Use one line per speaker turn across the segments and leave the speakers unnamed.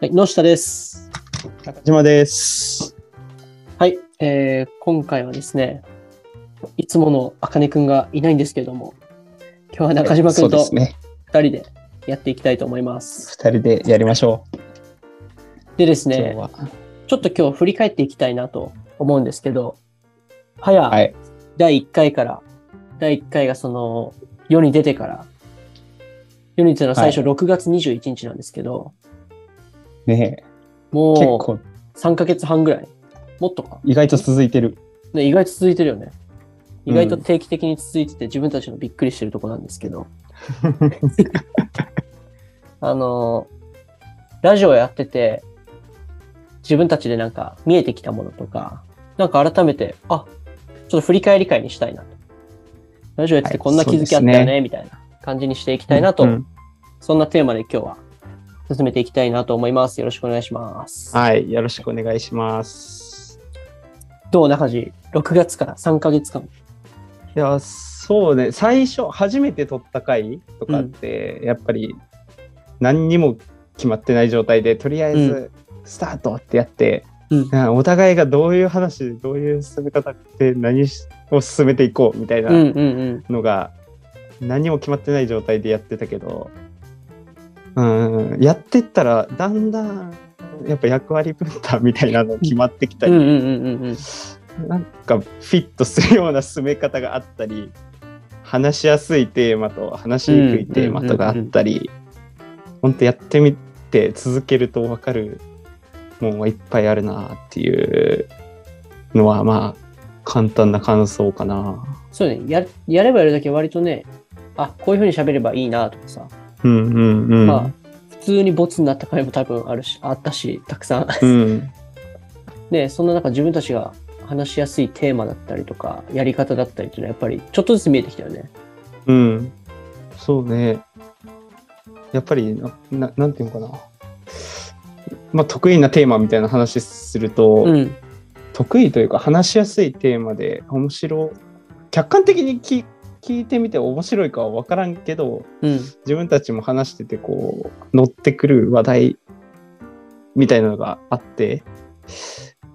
はい、野下です。
中島です。
はい、えー今回はですね、いつものあかねくんがいないんですけれども、今日は中島くん
そうで
と
すね。
2人でやっていきたいと思います。
二人でやりましょ
でです
う。今日
ね、
は。
ちょっと今日振り返っていきたいなと思うんですけど、はや、
はい。
第1回から、第1回がその、世に出てから、世に出ての最初6月21日なんですけど、
ねえ結
も
構
う3ヶ月半ぐらい、もっとか。
意外と続いてる。
ね、意外と続いてるよね。
う
意
ん
外と定期的に続いてて、自分たちのびっくりしてるとこなんですけど。 あの、ラジオやってて、自分たちでなんか見えてきたものとか、なんか改めて、あ、ちょっと振り返り会にしたいなと。ラジオやってて
はい
こんな気づきあったよ
そう
ね、
です
みたいな感じにしていきたいなと、
うん
そんなテーマで今日は進めていきたいなと思います。よろしくお願いします。
はい。よろしくお願いします。
どう中地、6月から3ヶ月間。
いや、そうね。最初、初めて撮った回とかって、やっぱり何にも決まってない状態で、とりあえず、スタートってやって、
うん
なお互いがどういう話、どういう進め方で何を進めていこうみたいな
うんうんうん。
のが何も決まってない状態でやってたけどうんやってったらだんだんやっぱ役割分担みたいなの決まってきた
うん
り、
うんうんうんうん。
なんかフィットするような進め方があったり話しやすいテーマと話しにくいテーマとがあったりほんとやってみて続けると分かるもんはいっぱいあるなっていうのはまあ簡単な感想かな。
そうね、ややればやるだけ割とね、あこういうふうに喋ればいいなとかさ、
うんうんうん。
まあ、普通にボツになった回も多分あるし、あったし、たくさ ん。
うん
ね、そんな中自分たちが話しやすいテーマだったりとか、やり方だったりっていうのはやっぱりちょっとずつ見えてきたよね。
うん。そうね。やっぱりな、ななんていうのかな。まあ、得意なテーマみたいな話すると、
うん。
得意というか話しやすいテーマで面白客観的に聞聞いてみて面白いかは分からんけど
うん。
自分たちも話しててこう乗ってくる話題みたいなのがあって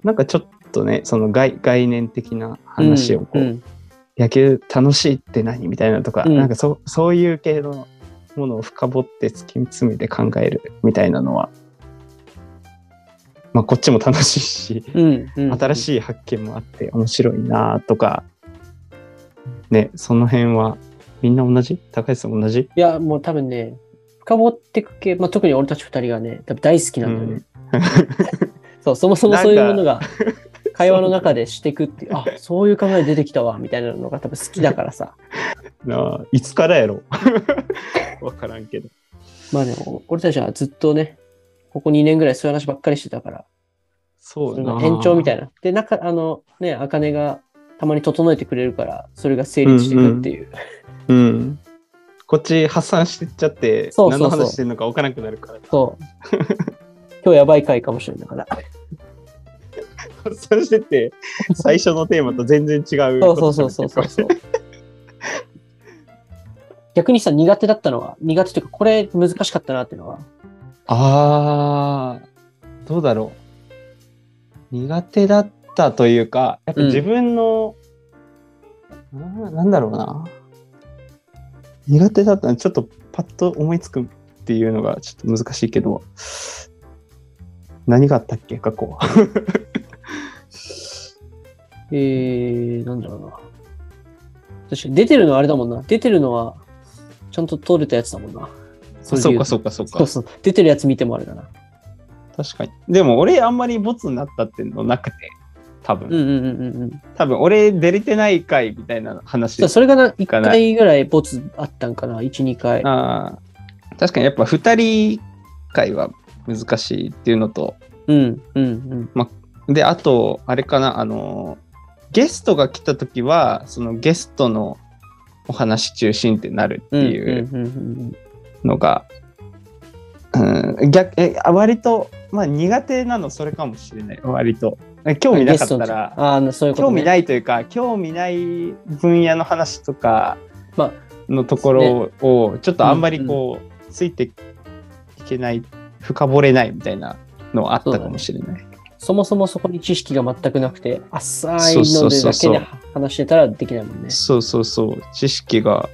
なんかちょっとねその概概念的な話をこう、
うん
野球楽しいって何みたいなとか、
うん
なんかそそういう系のものを深掘って突き詰めて考えるみたいなのは、まあ、こっちも楽しいし、
うん。うん。
新
い。
しい発見もあって面白いなとか、ね、その辺はみんな同じ高橋さん同じ
いや、もう多分ね、深掘ってく系、まあ、特に俺たち二人がね、多分大好きなんだよね。そう、そもそもそういうものが会話の中でしてくっていう、あそういう考え出てきたわ、みたいなのが多分好きだからさ。
なあいつからやろ わからんけど。
まあでも、俺たちはずっとね、ここ2年ぐらいそういう話ばっかりしてたから、
そう
そ
やな
の延長みたいな。で、中、あの、ね、あかねがたまに整えてくれるから、それが成立していくっていう。
うん。こっち発散してっちゃって、
そうそうそう
何の話してんのか分からなくなるから。
そう。今日やばい回かもしれないから。
そしてて最初のテーマと全然違う
そう
こと
そうそうそうそう
喋ってる
逆にさ、苦手だったのは、苦手というか、これ難しかったなっていうのは、
あーどうだろう苦手だったというかやっぱ自分の、ななんだろうな苦手だったのちょっとパッと思いつくっていうのがちょっと難しいけど何があったっけ過去
えー、なんだろうな。確かに出てるのはあれだもんな。出てるのは、ちゃんと撮れたやつだもんな。それで言と
うかそう
そうそう。出てるやつ見てもあれだな。
確かにでも俺あんまりボツになったっていうのなくて多分、
うんうんうんうんうん。
多分俺出れてない回みたいな話
そうそれがな1
かない
回ぐらいボツあったんかな、1、2回。
あー確かにやっぱ2人会は難しいっていうのと
うん、うん、うん。
であとあれかなあのゲストが来た時はそのゲストのお話中心ってなるっ
う
て
ん
い
う
う
んうんうん
のが、うん逆えあ割と、まあ、苦手なのそれかもしれない割とえ興味なかった
ゲスト
ら、
のあーそういうこと、
興
ね。
味ないというか興味ない分野の話とか
まあ
のところをちょっとあんまりこうついていけない深掘れないみたいなのはあったかもしれない。
そもそもそこに知識が全くなくて、浅い
そうそ
の
う
で
そ
だ
う
け
そう
で話してたらできないもんね。
そうそうそう知識が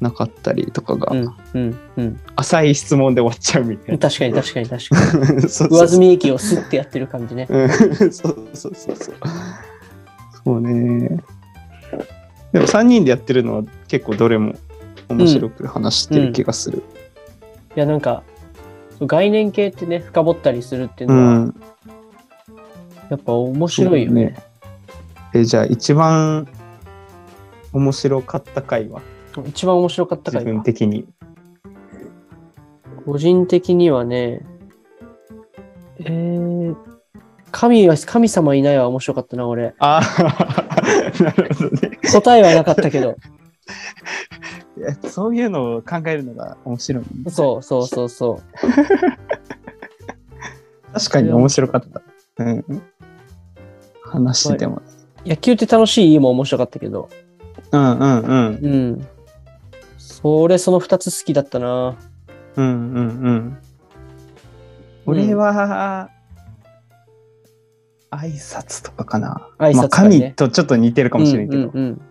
なかったりとかが、
うん、うん、うん
浅い質問で終わっちゃうみた
うん。
い
確かに確かに確 かに。
な。そうそう
上積み液をスッてやってる感じね。
うんそうそうそうそう。そうね。でも3人でやってるのは結構どれも面白く話してる気がする。
いや、なんか、概念系ってね、深掘ったりするっていう
う
のは、
ん。
やっぱ面白いよね。
えじゃあ一番面白かった回は
一番面白かったか
自分
ら、
的に。
個人的にはね、えー、神は、神様いないは面白かったな、俺。
ああ、 なるほどね
答えはなかったけ ど。
いや。そういうのを考えるのが面白いね、
そうそうそうそう。
確かに面白かった。うん。話してても。
野球って楽しいも面白かったけど。
うんうんうん。
うん。それ、その2つ好きだったな。
うんうんうん。俺は、挨拶とかかな。
挨拶
まあ、
会ね
神とちょっと似てるかもしれんけど。
うんうんうん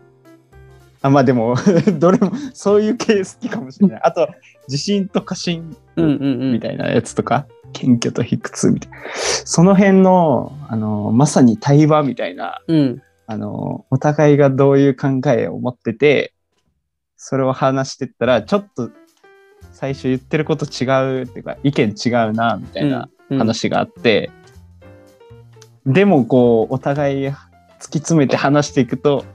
あまあでも、 どれもそういう系好きかもしれない。あと、自信と過信
うんうんうん
みたいなやつとか、謙虚と卑屈みたいな。その辺の、あの、まさに対話みたいな、
うん。
あの、お互いがどういう考えを持ってて、それを話してったら、ちょっと最初言ってること違うっていうか、意見違うな、みたいな
うん
話があって、でもこう、お互い突き詰めて話していくと、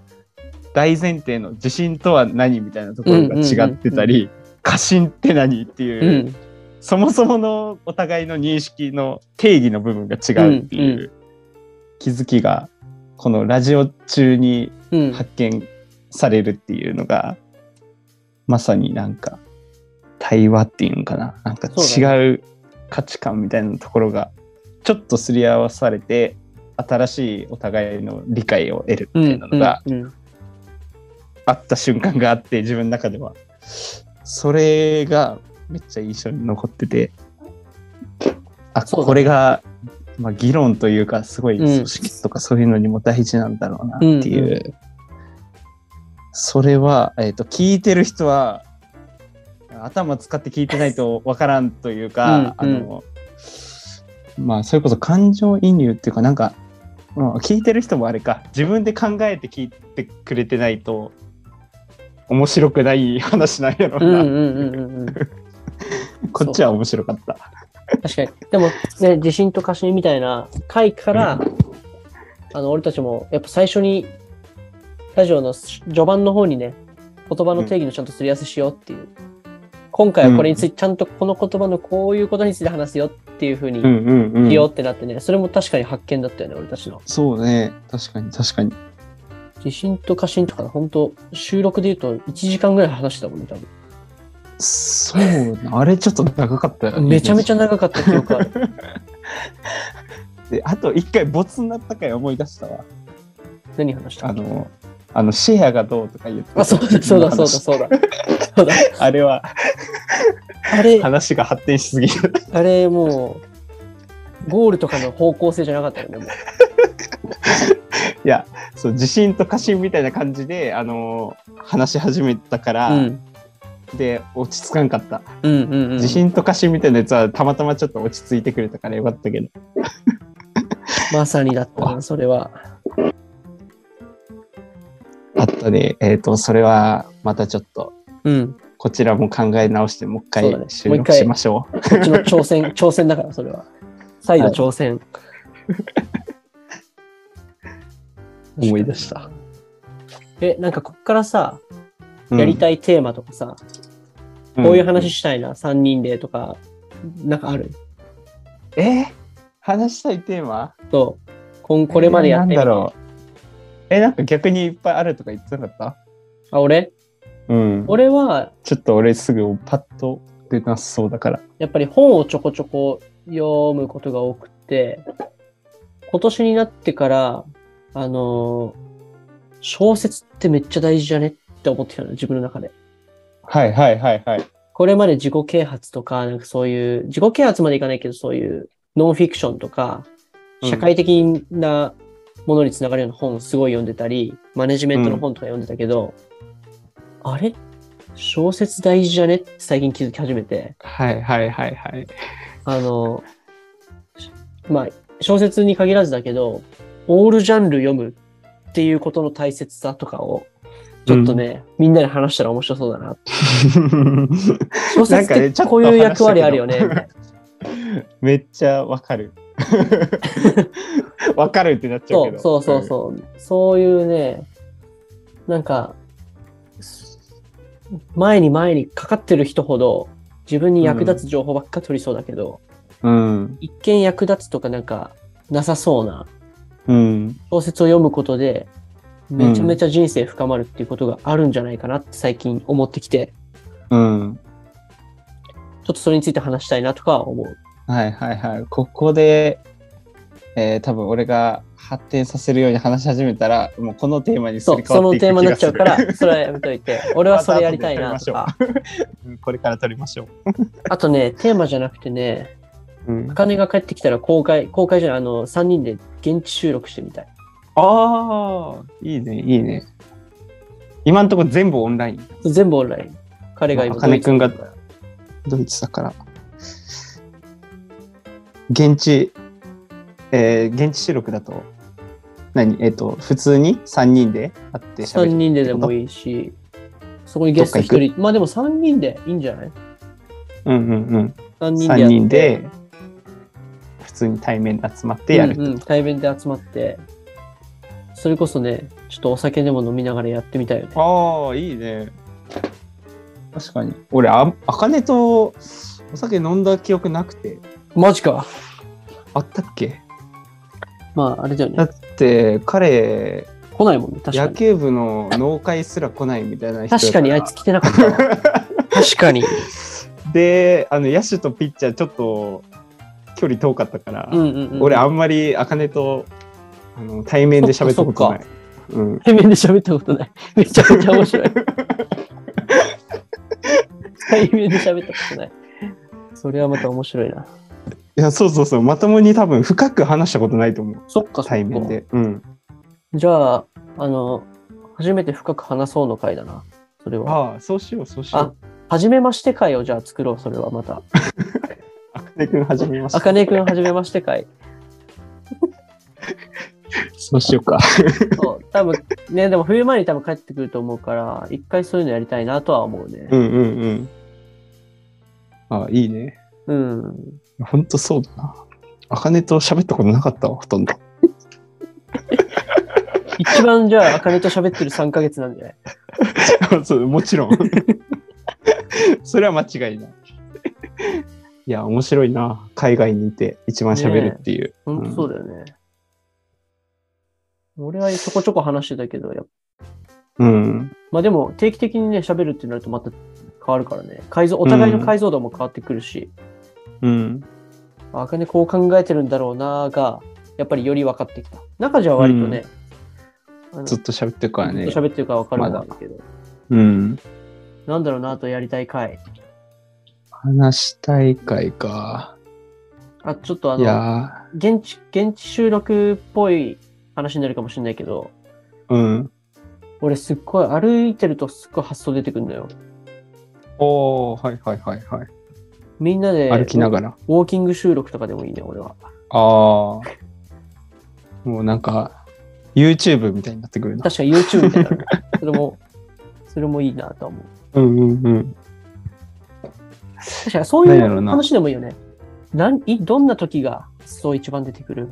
大前提の自信とは何みたいなところが違ってたり、過信って何っていうう、
ん。
そもそものお互いの認識の定義の部分が違うって
ん
いうう気づきが、このラジオ中に
うん。
発見されるっていうのが、まさになんか対話っていうのかななんか
そうだ
違う価値観みたいなところがちょっとすり合わされて新しいお互いの理解を得るみたいなのが
うんうんうん
あった瞬間があって自分の中ではそれがめっちゃ印象に残っててあ
そうだね
これが、まあ、議論というかすごい
うん
組織とかそういうのにも大事なんだろうなっていう、
うんう
それは、えー、と聞いてる人は頭使って聞いてないとわからんというか
うんうん
あのまあそれこそ感情移入っていうかなんか、うん、聞いてる人もあれか自分で考えて聞いてくれてないと面白くない 話なんやろ
うん
な、
うんうんうんうん。
こっちは面白かった。
確かに。でも、ね、地震と過信みたいな回から、あの、俺たちも、やっぱ最初に、ラジオの序盤の方にね、言葉の定義のちゃんとすり合わせしようっていう。今回はこれについて、ちゃんとこの言葉のこういうことについて話すよっていうふう
う
に
んうんうん
しようってなってね、それも確かに発見だったよね、俺たちの。
そうね確かに確かに
地震と過信とか、本当収録で言うと1時間ぐらい話してたもんね、多分。
そうねあれちょっと長かったよね
めちゃめちゃ長かった記憶あ る。
であと一回没になった回思い出したわ
何話した
あのあのシェアがどうとか言ってた
あ、そうだ、そうだ、そうだ、そう だ。そうだ。
あれは
あれ、
話が発展しすぎる。
あれもう、ゴールとかの方向性じゃなかったよね、もう。
いや、そう、自信と過信みたいな感じで、あのー話し始めたから、
うん、
で、落ち着かんかった。
うん、うんうん。
自信と過信みたいなやつは、たまたまちょっと落ち着いてくれたからよかったけど。
まさにだったな、それは。
あとで、えっ、と、それは、またちょっと、
うん。
こちらも考え直して、もう一
そ
回
うだね
収
もう一
録
回
しましょう。
こっちの挑戦、 挑戦だから、それは。再度挑戦。
思い出した。
え、なんかこっからさ、
うん
やりたいテーマとかさ、こういう話したいな、3人でとか、なんかある
うんえー話したいテーマ
と、こんこれまでやって
えー
み
な
て
んだろう。え、なんか逆にいっぱいあるとか言ってなかった
あ、俺
うん。
俺は、
ちょっと俺すぐパッと出なさそうだから。
やっぱり本をちょこちょこ読むことが多くて、今年になってから、あのー小説ってめっちゃ大事じゃねって思ってきたの、自分の中で。
はいはいはいはい。
これまで自己啓発とか、なんかそういう、自己啓発までいかないけど、そういうノンフィクションとか、
うん
社会的なものにつながるような本をすごい読んでたり、マネジメントの本とか読んでたけど、あれ小説大事じゃねって最近気づき始めて、
はいはいはい はい。
あの、しまあ、小説に限らずだけど、オールジャンル読むっていうことの大切さとかを、ちょっとね、みんなで話したら面白そうだな。小
なん
説
か
っ
ね
て
ちょっと
こういう役割あるよ ね。
話し
みたい
た
な
けどめっちゃわ かる。わかるってなっちゃう
そ
け
う
ど。
そうそうそう、そういうねなんかす前に前にかかってる人ほど自分に役立つ情報ばっか取りそうだけど、
うん。
一見役立つとかなんかなさそうな
うん。
小説を読むことでめちゃめちゃ人生深まるっていうことがあるんじゃないかなって最近思ってきて
うん。
ちょっとそれについて話したいなとかは思う。
はいはいはい。ここで、えー多分俺が発展させるように話し始めたら、もうこのテーマにす
そ
り
う、
替
そ
わっ
の
ていく
テーマになっちゃうか
気
ら、
がす
そ
る
れはやめといて、 俺はそれやりたいなとか。
うん これから撮りましょう。
あとね、テーマじゃなくてね、
うん
お金が帰ってきたら公開、公開じゃない、あの、3人で現地収録してみたい。
ああ、いいね、いいね。今んとこ全部オンライン。
全部オンライン。彼が今、
まあ茜くんが
ドイツにいるから
ドイツだから。現地、えー現地収録だと、何えっ、と、普通に3人で会って喋
3
る。
人ででもいいし、そこにゲスト
どっか
1人、まあでも3人でいいんじゃない
うんうんうん。
?3 人で
3
やって
人で、普通に対面で集まってやる。
うんうん、対面で集まって、それこそね、ちょっとお酒でも飲みながらやってみたいよね。
ああ、いいね。確かに。俺、あ、あかねとお酒飲んだ記憶なくて。
マジか。
あったっけ
まあ、あれだよ
だ
ね。
って、彼、
来ないもんね、確か
野
に。
球部の農会すら来ないみたいな人だ
確
か
からにあいつ来てなかったわ。 確かに。
であの野手とピッチャーちょっと距離遠かったから、
うんうん、うん。
俺あんまり茜とあの対面で喋ったことないうん、
対面で喋ったことない。めちゃめちゃ面白 い。対面で喋ったことない。それはまた面白いな。
いやそうそうそうまともに多分深く話したことないと思う
そっか、そっか
対面。で、うん、
じゃあ、あの、初めて深く話そうの回だな。それは。
ああそうしようそうしよう
初めまして会をじゃあ作ろう、それはまた。
あかねくん始めまし
あ
た
かねくん、初めまして会。
そうしようか
そう、多分ね、でも冬前に多分帰ってくると思うから、一回そういうのやりたいなとは思うね
う。んうんうんああいいね
うん。
ほんとそうだな茜と喋ったことなかったわほとんど
一番じゃあ、あかねと喋ってる3ヶ月なんじゃない
そうもちろん。それは間違いない。いや、面白いな。海外にいて一番喋るっていう。
本当そうだよね。俺はちょこちょこ話してたけど、やっぱ
うん。
まあでも定期的にね、喋るってなるとまた変わるからね。解像、お互いの解像度も変わってくるし、
うん。
あかねこう考えてるんだろうなーが、やっぱりより分かってきた。中じゃ割とね、あの
ずっと喋ってるからね
ずっ。と喋ってるから分かるんだけど、
うん。
なんだろうなとやりたい回。
話したい会か。
あ、ちょっとあ
い
の、
や
現地、現地収録っぽい話になるかもしれないけど、
ーうん。
俺すっごい歩いてるとすっごい発想出てくるんだよ。
おー、はいはいはいはい。
みんなで
歩きながら。
ウォーキング収録とかでもいいね、俺は。
あー。もうなんか、YouTube みたいになってくるな。
確かに YouTube みたい なの。それも、それもいいなとは思う。
うんうんうん。
確かにそうい
なんやろ
う
な
話でもいいよね。なんいどんな時がそう一番出てくる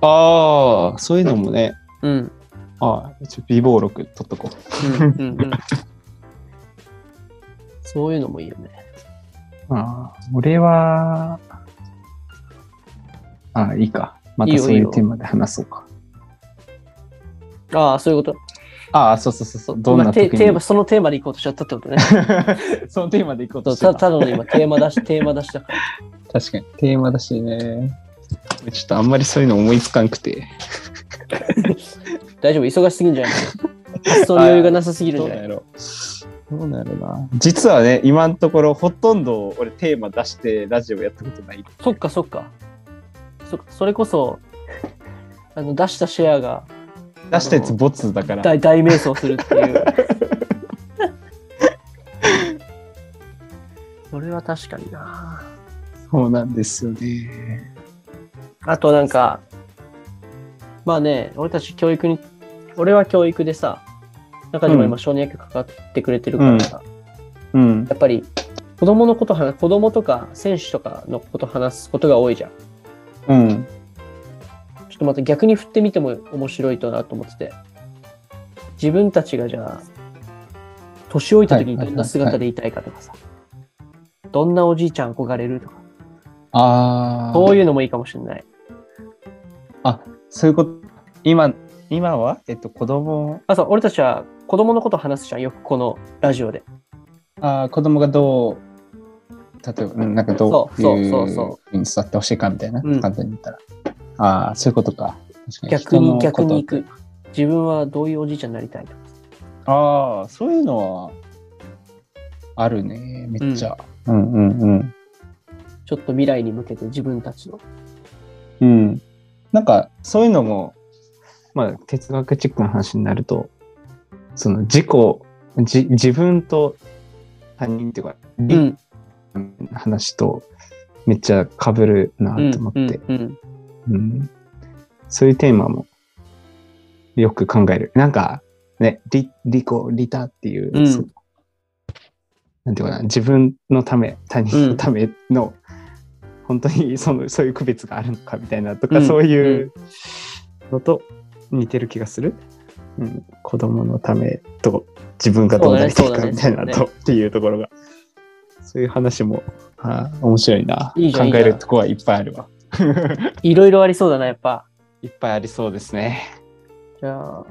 あー、そういうのもね。
うん。うん。
あー、ちょ、備忘録取っとこう。
うん。うん。 そういうのもいいよね。
ああ、俺は、ああ、いいか。ま
いい
た
よ
そう
いい
い
よ
うテーマで話そうか。
ああ、そういうこと。
ああ、そうそうそうそう。どんな
今テ
時
テーマ、
に
そのテーマでいこうとしちゃったってことね。
そのテーマでいこう
そ
と
う
してた
たただの今、テーマ出し、テーマ出したから。
確かに。テーマだしね。ちょっとあんまりそういうの思いつかんくて。
大丈夫、忙しすぎんじゃない発想に余裕がなさすぎるん
ど
じ
う
ゃ
なん
ない
やろ。どうなるな。実はね、今のところほとんど俺テーマ出してラジオやったことない。
そっかそっか。そっかそれこそ、あの出したシェアが
出したやつボツだから。
大大迷走するって いう。それは確かにな。
そうなんですよね。
あとなんか、まあね、俺たち教育に、俺は教育でさ、中にも今、小児野球かかってくれてるから、
うん
や
うん。
っぱり子供のこと話、子供とか選手とかのこと話すことが多いじゃん。ち
うん。
ょっとまた逆に振ってみても面白いとなと思ってて。自分たちがじゃあ、年老いた時にどんな姿でいたいかとかさ、どんなおじいちゃん憧れるとか、
ああ。
そういうのもいいかもしれない。
そういうこと。今、今はえっと、子供、
あ、そう、俺たちは子供のこと話すじゃん、よくこのラジオで。
ああ、子供がどう、例えば、うんなんかどうい
そう
う
そうそうそ
風に育ってほしいかみたいな、
うん
簡単に言ったら。ああ、そういうことか。確か
逆に逆に行
く。
く。自分はどういうおじいちゃんになりたいとか。
ああ、そういうのは、あるね、めっちゃ。うん、うん、うん。
ちょっと未来に向けて自分たちの。
うん。なんか、そういうのも、まあ、哲学チックの話になると、その、自己、じ自分と他人っていうか、
うん。
話とめっちゃ被るな
うん
と思って、
うんうん
うんそういうテーマもよく考える。なんかね、リリコ、リタっていう、
うん
そのなんていうかな、自分のため、他人のための、本当に そのそういう区別があるのかみたいなとか、
うん
そういうのと似てる気がする。うん、子供のためと自分がどうなりたい
そうだ
か
ね
みたいな
そうだね
と、っていうところがそういう話もあー面白いない
いじゃん
考え
いいじゃ
る
ん
とこはいっぱいあるわ
いろいろありそうだな、やっぱ。
いっぱいありそうですね
じゃあ、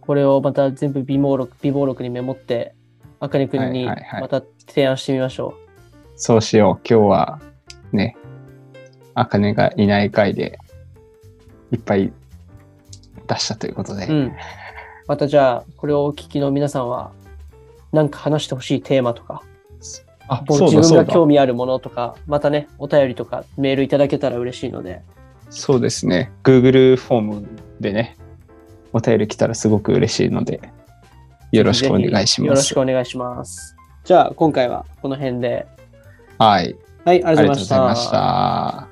これをまた全部微暴録、微暴録にメモって、赤根君に
はいはいはい
また提案してみましょ
そうしよう今日はねあかねがいない回でいっぱい出したということで、
う。うん。またじゃあ、これをお聞きの皆さんは、なんか話してほしいテーマとか、
あ
ぼ
そう
自
だ
分
そう
が
だ
興味あるものとか、またね、お便りとかメールいただけたら嬉しいので、
そうですね Google フォームでねお便り来たらすごく嬉しいのでよろしくお願いし
ぜひよ
ま
ろ
す
しくお願いします。じゃあ、今回はこの辺で。
はい
はい、あ
あ
りが
り
とうご
がとうご
ざ
ざ
い
い
ま
ま
し。
したた